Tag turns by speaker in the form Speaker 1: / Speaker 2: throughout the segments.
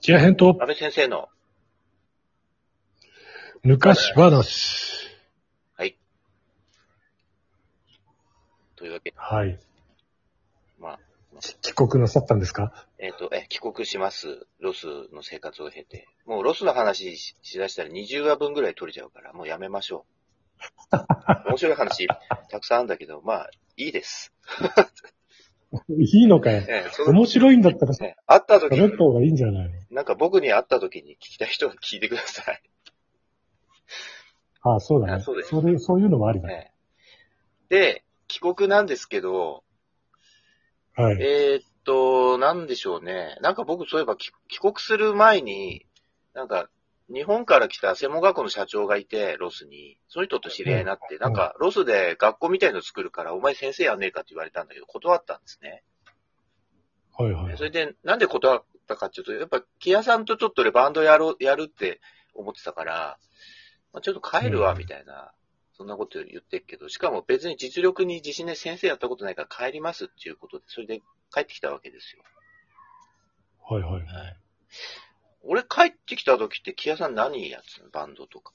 Speaker 1: キアヘンと、
Speaker 2: 安倍先生の、
Speaker 1: ぬかし話。
Speaker 2: というわけで、
Speaker 1: はい。
Speaker 2: まあ、
Speaker 1: 帰国なさったんですか
Speaker 2: えっ、と、え、帰国します。ロスの生活を経て。もうロスの話ししだしたら20話分ぐらい取れちゃうから、もうやめましょ う。面白い話、たくさんあるんだけど、まあ、いいです。
Speaker 1: いいのかよ。
Speaker 2: ええ、その、
Speaker 1: 面白いんだったら
Speaker 2: ええ会った時
Speaker 1: 喋
Speaker 2: に
Speaker 1: った、方がいいんじゃないの
Speaker 2: なんか僕に会った時に聞きたい人は聞いてください。
Speaker 1: ああ、そうだ
Speaker 2: あ
Speaker 1: ね。
Speaker 2: そうです
Speaker 1: それ、そういうのもありだね。
Speaker 2: ええで、帰国なんですけど、
Speaker 1: はい。
Speaker 2: えーっと、なんでしょうね。なんか僕、そういえばき帰国する前に、なんか、日本から来た専門学校の社長がいて、ロスに。その人と知り合いになって、なんか、ロスで学校みたいの作るから、お前先生やんねえかって言われたんだけど、断ったんですね。
Speaker 1: はいはい
Speaker 2: そ。れで、なんで断ったかっていうと、やっぱ、木屋さんとちょっと俺バンドやろう、やるって思ってたから、まあ、ちょっと帰るわ、
Speaker 1: うん
Speaker 2: みたいな、そんなこと言ってっけど、しかも別に実力に自信で先生やったことないから帰りますっていうことで、それで帰ってきたわけですよ。
Speaker 1: はいはい。
Speaker 2: 俺帰ってきた時って、木屋さん何やつバンドとか。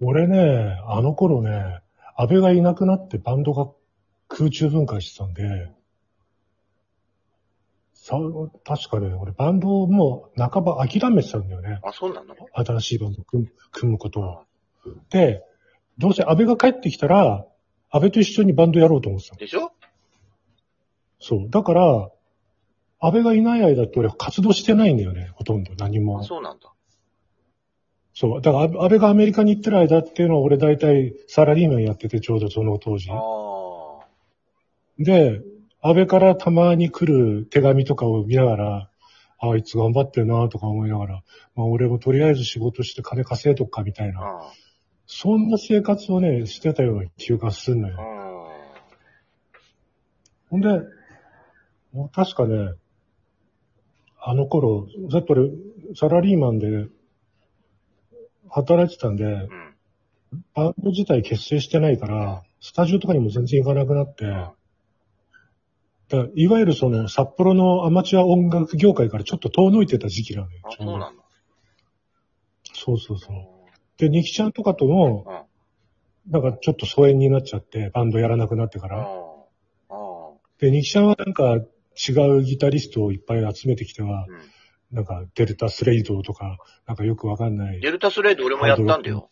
Speaker 1: 俺ね、あの頃ね、安倍がいなくなってバンドが空中分解してたんで、さ、確かね、俺バンドをもう半ば諦めてたんだよね。
Speaker 2: あ、そうなの
Speaker 1: 新しいバンドを組む組むことを。で、どうせ安倍が帰ってきたら、安倍と一緒にバンドやろうと思ってたの。
Speaker 2: でしょ
Speaker 1: そう。だから、安倍がいない間って俺活動してないんだよね、ほとんど何
Speaker 2: あ、
Speaker 1: も。
Speaker 2: そうなんだ。
Speaker 1: そう。だから安安倍がアメリカに行ってる間っていうのは俺大体サラリーマンやっててちょうどその当時
Speaker 2: あ。あ。
Speaker 1: で、安倍からたまに来る手紙とかを見ながら、ああいつ頑張ってるなとか思いながら、まあ俺もとりあえず仕事して金稼いとくかみたいな、
Speaker 2: あ
Speaker 1: そんな生活をね、してたような気がすんの
Speaker 2: あ。う
Speaker 1: よ。
Speaker 2: ん。
Speaker 1: ほんで、もう確かね、あの頃、だって俺、サラリーマンで働いてたんで、
Speaker 2: うん。
Speaker 1: バンド自体結成してないから、スタジオとかにも全然行かなくなって、だからいわゆるその札幌のアマチュア音楽業界からちょっと遠のいてた時期なのよ。
Speaker 2: あ、
Speaker 1: ち
Speaker 2: そ
Speaker 1: ょう
Speaker 2: う
Speaker 1: ど
Speaker 2: なの
Speaker 1: そうそうそう。で、ニキちゃんとかとも、
Speaker 2: うん。
Speaker 1: なんかちょっと疎遠になっちゃって、バンドやらなくなってか
Speaker 2: あ
Speaker 1: ら。
Speaker 2: あ。ああ。
Speaker 1: で、ニキちゃんはなんか違うギタリストをいっぱい集めてきては、
Speaker 2: うん。
Speaker 1: なんかデルタスレイドとか、なんかよくわかんない。
Speaker 2: デルタスレイド俺もやったんだよ。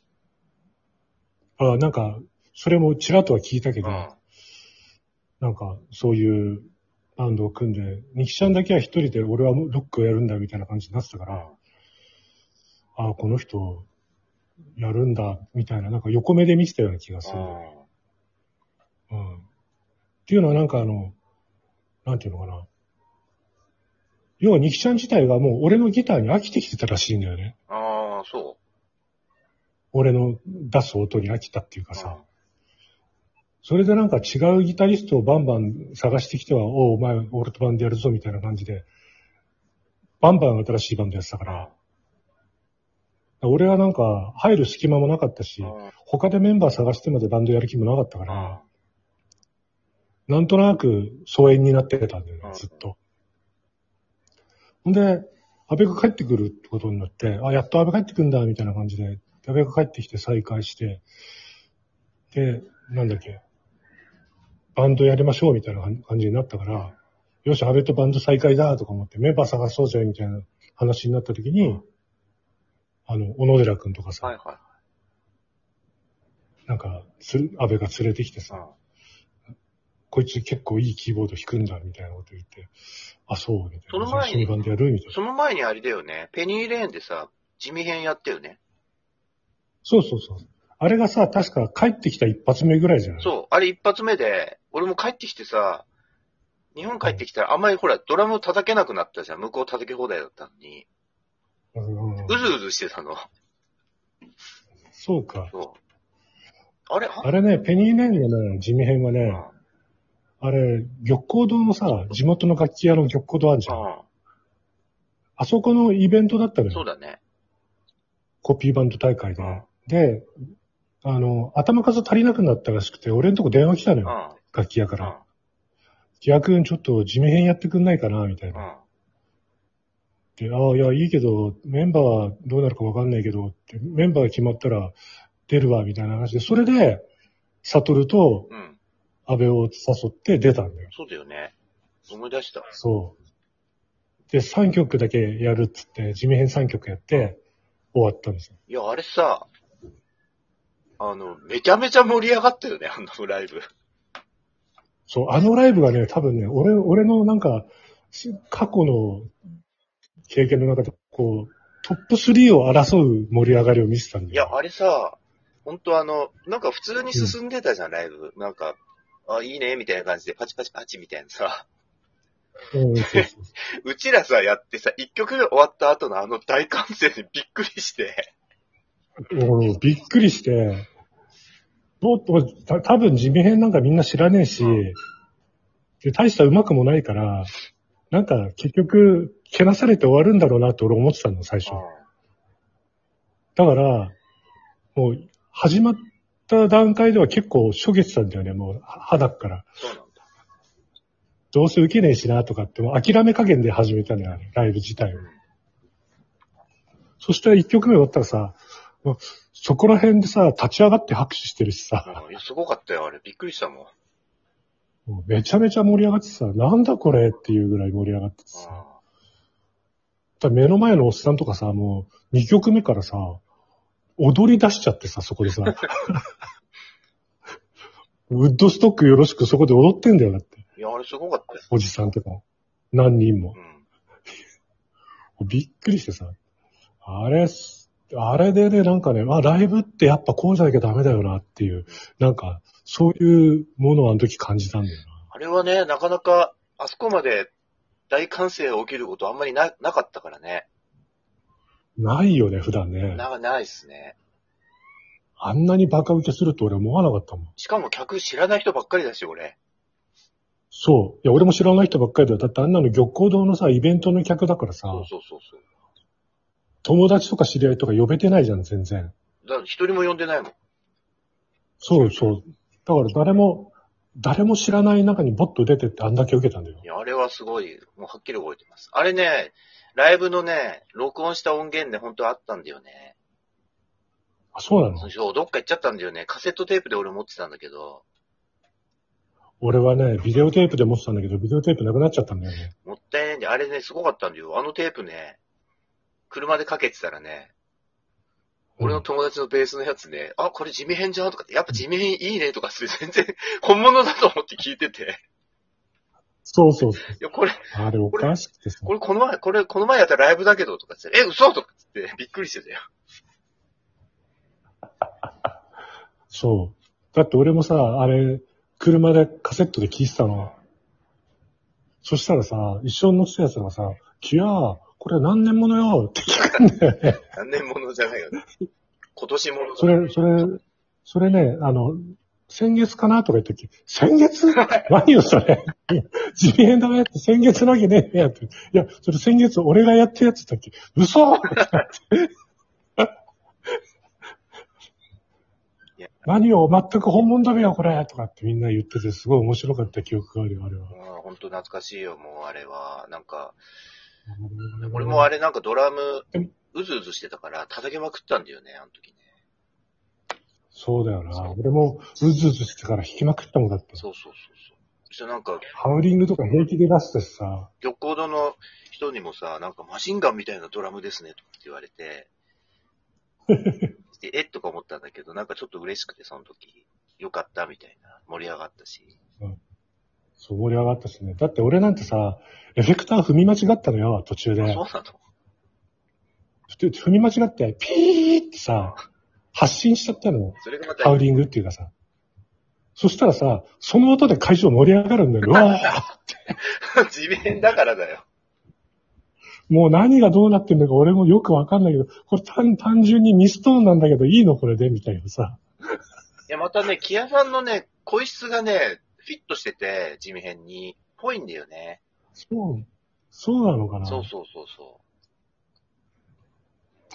Speaker 1: あなんか、それもちらっとは聞いたけ
Speaker 2: う
Speaker 1: ど、
Speaker 2: ん。
Speaker 1: なんかそういうバンドを組んで、ニキちゃんだけは一人で俺はもうロックをやるんだみたいな感じになってたから、ああ、この人、やるんだ、みたいな、なんか横目で見てたような気がする。うん。っていうのはなんかあの、なんていうのかな。要は、ニキちゃん自体がもう俺のギターに飽きてきてたらしいんだよね。
Speaker 2: ああ、そ
Speaker 1: 俺の出す音に飽きたっていう
Speaker 2: う。
Speaker 1: かさ。それでなんか違うギタリストをバンバン探してきては、おうお前、俺とバンドやるぞ、みたいな感じで、バンバン新しいバンドやってたから、俺はなんか入る隙間もなかったし、他でメンバー探してまでバンドやる気もなかったから、なんとなく疎遠になってたんだよ
Speaker 2: う
Speaker 1: ね
Speaker 2: ん、
Speaker 1: ずっと。ほんで、安倍が帰ってくるってことになって、あ、やっと安倍帰ってくんだ、みたいな感じで、安倍が帰ってきて再会して、で、なんだっけ、バンドやりましょう、みたいな感じになったから、よし、安倍とバンド再会だ、とか思って、メンバー探そうぜ、みたいな話になった時に、あの、小野寺くんとかさ、
Speaker 2: はいは
Speaker 1: なんか、つ安倍が連れてきて
Speaker 2: い。う
Speaker 1: さ、
Speaker 2: ん
Speaker 1: こいつ結構いいキーボード弾くんだ、みたいなこと言って、あ、そう、みたいな。
Speaker 2: その前に
Speaker 1: 一緒バンドやるみたいな。
Speaker 2: その前にあれだよね、ペニーレーンでさ、地味編やったよね。
Speaker 1: そうそうそう。あれがさ、確か帰ってきた一発目ぐらいじゃない
Speaker 2: そう、あれ一発目で、俺も帰ってきてさ、日本帰ってきたらあんまりほら、ドラム叩けなくなったじゃん。向こう叩き放題だったのに。
Speaker 1: うん。
Speaker 2: うずうずしてたの。
Speaker 1: そうか。
Speaker 2: そう。あれ
Speaker 1: あれね、ペニーレンのね、地味編はね、あれ、玉光堂のさ、地元の楽器屋の玉光堂あんじゃん。
Speaker 2: あ
Speaker 1: あそこのイベントだったの
Speaker 2: うん。そう
Speaker 1: よ。
Speaker 2: だね。
Speaker 1: コピーバンド大会で
Speaker 2: うん。
Speaker 1: で、あの、頭数足りなくなったらしくて、俺んとこ電話来たの
Speaker 2: うん。
Speaker 1: よ。楽器屋か
Speaker 2: うん。
Speaker 1: ら。木屋くんちょっと地味編やってくんないかな、みたいうな。
Speaker 2: ん。
Speaker 1: でって、ああ、いや、いいけど、メンバーどうなるかわかんないけどって、メンバーが決まったら出るわ、みたいな話で、それで、悟と
Speaker 2: うん。
Speaker 1: 安倍を誘って出たんだよ。
Speaker 2: そうだよね。思い出した。
Speaker 1: そう。で、3曲だけやるっつって、地味編3曲やって、終わったんですよ。
Speaker 2: いや、あれさ、あの、めちゃめちゃ盛り上がったよね、あのライブ。
Speaker 1: そう、あのライブがね、多分ね、俺、俺のなんか、し過去の経験の中で、こう、トップ3を争う盛り上がりを見せたん
Speaker 2: い
Speaker 1: だ
Speaker 2: や、
Speaker 1: よ。
Speaker 2: あれさ、本当あの、なんか普通に進んでたじゃん、ライブ。なんか、あ、いいね、みたいな感じで、パチパチパチみたいなさ。
Speaker 1: うん、そうそうそう
Speaker 2: ちらさ、やってさ、一曲が終わった後のあの大歓声にびっくりして。
Speaker 1: う俺もびっくりして、もっと、た多分地味編なんかみんな知らねえし、で、大した上手くもないから、なんか結局、けなされて終わるんだろうなって俺思ってたの、最初。だから、もう、始まった段階では結構しょげてたんだよね、もう、は肌から。
Speaker 2: そうなんだ。
Speaker 1: どうせ受けねえしなとかって、もう諦め加減で始めたんだよ、ね、ライブ自体を。そしたら一曲目終わったらさ、もうそこら辺でさ、立ち上がって拍手してるしさ、
Speaker 2: うんいやすごかったよ、あれ。びっくりしたもん。
Speaker 1: もうめちゃめちゃ盛り上がってさ、なんだこれっていうぐらい盛り上がっててさ、だか
Speaker 2: あ
Speaker 1: ら目の前のおっさんとかさ、もう2曲目からさ、踊り出しちゃってさ、そこでさ、ウッドストックよろしくそこで踊ってんだよ、だって。
Speaker 2: いや、あれすごかったよ。
Speaker 1: おじさんとか、何人も
Speaker 2: う。ん。
Speaker 1: びっくりしてさ、あれす、あれでね、なんかね、まあライブってやっぱこうじゃなきゃダメだよなっていう、なんか、そういうものをあの時感じたんだよ
Speaker 2: あれはね、なかなか、あそこまで大歓声が起きることあんまりな、なかったからね。
Speaker 1: な。ないよね、普段ね。
Speaker 2: な、ないっすね。
Speaker 1: あんなにバカ受けすると俺思わなかったもん。
Speaker 2: しかも客知らない人ばっかりだし、俺。
Speaker 1: そう。いや、俺も知らない人ばっかりだよ。だってあんなの玉光堂のさ、イベントの客だからさ、
Speaker 2: そうそうそうそう。
Speaker 1: 友達とか知り合いとか呼べてないじゃん、全然。
Speaker 2: だから一人も呼んでないもん。
Speaker 1: そうそう。だから誰も、誰も知らない中にボッと出てってあんだけ受けたんだよ
Speaker 2: い。や、あれはすごい、もうはっきり覚えてます。あれね、ライブのね、録音した音源で本当はあったんだよね。
Speaker 1: あ、そうなの
Speaker 2: そう、どっか行っちゃったんだよね。カセットテープで俺持ってたんだけど、
Speaker 1: 俺はね、ビデオテープで持ってたんだけど、ビデオテープなくなっちゃったんだよね。
Speaker 2: もったいないんで、あれね、すごかったんだよ。あのテープね、車でかけてたらね、俺の友達のベースのやつね、あ、これ地味編じゃんとかって、やっぱ地味編いいねとかって 全然本物だと思って聞いてて、
Speaker 1: そうそうそう。
Speaker 2: いや、これ、
Speaker 1: あれおかしくてさ。
Speaker 2: これこの前、これこの前やったライブだけどとかって言って、え、嘘とかって言ってびっくりしてたよ。
Speaker 1: そう。だって俺もさ、あれ、車でカセットで聞いてたの。そしたらさ、一緒に乗ってたやつがさ、キヤー、これ何年ものよって聞くんだよね。
Speaker 2: 何年ものじゃないよね。今年もの。
Speaker 1: それ、それ、それね、あの、先月かなとか言った時、先月何よそれ。地味変だねって、先月なわけねえやって。いや、それ先月俺がやってやつだっけ嘘ってなっ
Speaker 2: いや
Speaker 1: て何よ、全く本物だべよ、これとかってみんな言ってて、すごい面白かった記憶があるよ、あれは。
Speaker 2: うん、本当懐かしいよ、もうあれは。なんか、俺もあれなんかドラム
Speaker 1: うん、
Speaker 2: うずうずしてたから叩きまくったんだよね、あの時ね。
Speaker 1: そうだよな。俺も、うずうずしてから弾きまくったもんだって。
Speaker 2: そうそうそうそう。そしたらなんか、
Speaker 1: ハウリングとか平気で出してさ、
Speaker 2: 玉光堂の人にもさ、なんかマシンガンみたいなドラムですね、とかって言われ て、でえとか思ったんだけど、なんかちょっと嬉しくて、その時。よかった、みたいな。盛り上がったし。
Speaker 1: そう盛り上がったしね。だって俺なんてさ、エフェクター踏み間違ったのよ、途中
Speaker 2: あ
Speaker 1: で
Speaker 2: そう。なの
Speaker 1: ふて踏み間違って、ピーってさ、発信しちゃったの。
Speaker 2: それがまた
Speaker 1: ハ、ウリングっていうかさ。そしたらさ、その音で会場盛り上がるんだ よ。うわー
Speaker 2: 地面だからだよ。
Speaker 1: もう何がどうなってんだか俺もよくわかんないけど、これ単単純にミストーンなんだけどいいのこれでみたいなさ。
Speaker 2: いや、またね、キアさんのね、声質がね、フィットしてて、地味編に、ぽいんだよね。
Speaker 1: そう、そうなのかな
Speaker 2: そうそうそうそ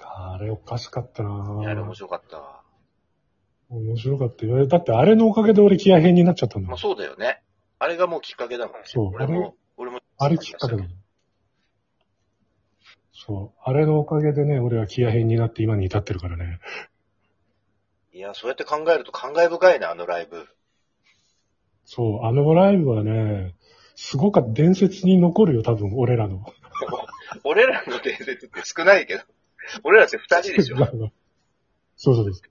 Speaker 1: あれおかしかったな
Speaker 2: う。いや、あれ面
Speaker 1: ぁ。
Speaker 2: 白かったわ。
Speaker 1: 面白かったよ。だってあれのおかげで俺気合変になっちゃったんだ
Speaker 2: ま
Speaker 1: も
Speaker 2: あ
Speaker 1: ん。
Speaker 2: そうだよね。あれがもうきっかけだもんね。
Speaker 1: そう
Speaker 2: 俺も、俺も。
Speaker 1: あれきっかけだもん。そう。あれのおかげでね、俺は気合変になって今に至ってるからね。
Speaker 2: いや、そうやって考えると感慨深いな、あのライブ。
Speaker 1: そう、あのライブはね、すごかった。伝説に残るよ、多分、俺らの。
Speaker 2: 俺らの伝説って少ないけど。俺らって二人 でしょ。い
Speaker 1: そうそうです。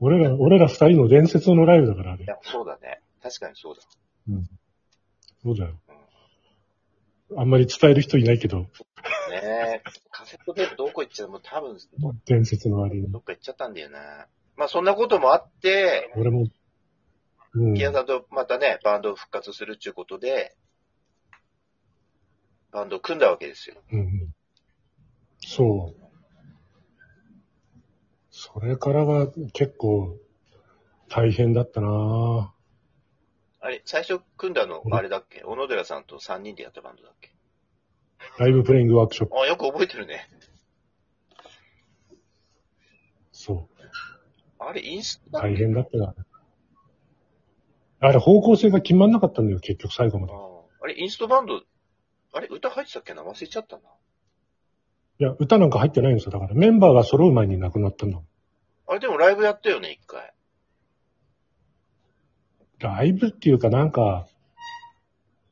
Speaker 1: 俺ら、俺ら二人の伝説のライブだから、あれ。
Speaker 2: や、そうだね。確かにそうだ。
Speaker 1: そうだよ。あんまり伝える人いないけど、
Speaker 2: ねえ。カセットテープどこ行っちゃうもう多分、ど
Speaker 1: 伝説の割に。
Speaker 2: どっか行っちゃったんだよな。まあそんなこともあって、
Speaker 1: 俺も、うん。
Speaker 2: キアさんとまたね、バンドを復活するっていうことで、バンドを組んだわけですよ。
Speaker 1: うんうんそう。それからが結構大変だったなぁ。
Speaker 2: あれ、最初組んだの、あれだっけ小野寺さんと3人でやったバンドだっけ
Speaker 1: ライブプレイングワークショップ。
Speaker 2: あ、よく覚えてるね。
Speaker 1: そ
Speaker 2: あれ、インス
Speaker 1: う。
Speaker 2: タ
Speaker 1: 大変だったな。あれ、方向性が決まんなかったんだよ、結局最後まで
Speaker 2: あ。あれ、インストバンド、あれ、歌入ってたっけな忘れちゃったな。
Speaker 1: いや、歌なんか入ってないんですよ。だからメンバーが揃う前に亡くなったんだもん。
Speaker 2: あれ、でもライブやったよね、一回。
Speaker 1: ライブっていうかなんか、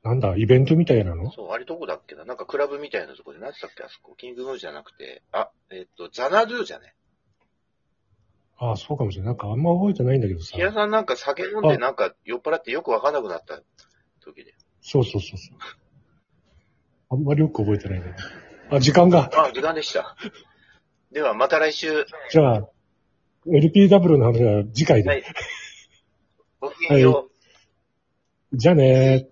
Speaker 1: なんだ、イベントみたいなの
Speaker 2: そう、あれどこだっけななんかクラブみたいなとこで、なんてたっけあそこ。キングムーンじゃなくて、あ、えっ、と、ザナドゥじゃね。
Speaker 1: ああ、そうかもしれない。なんかあんま覚えてないんだけどさ
Speaker 2: 木。屋さんなんか酒飲んでなんか酔っ払ってよくわかんなくなった時で。
Speaker 1: そうそうそうそう。あんまりよく覚えてないね。あ、時間が。
Speaker 2: あ、時間でした。では、また来週。
Speaker 1: じゃあ、LPW の話は次回で。
Speaker 2: はい。ごきげんよう。
Speaker 1: じゃあねー。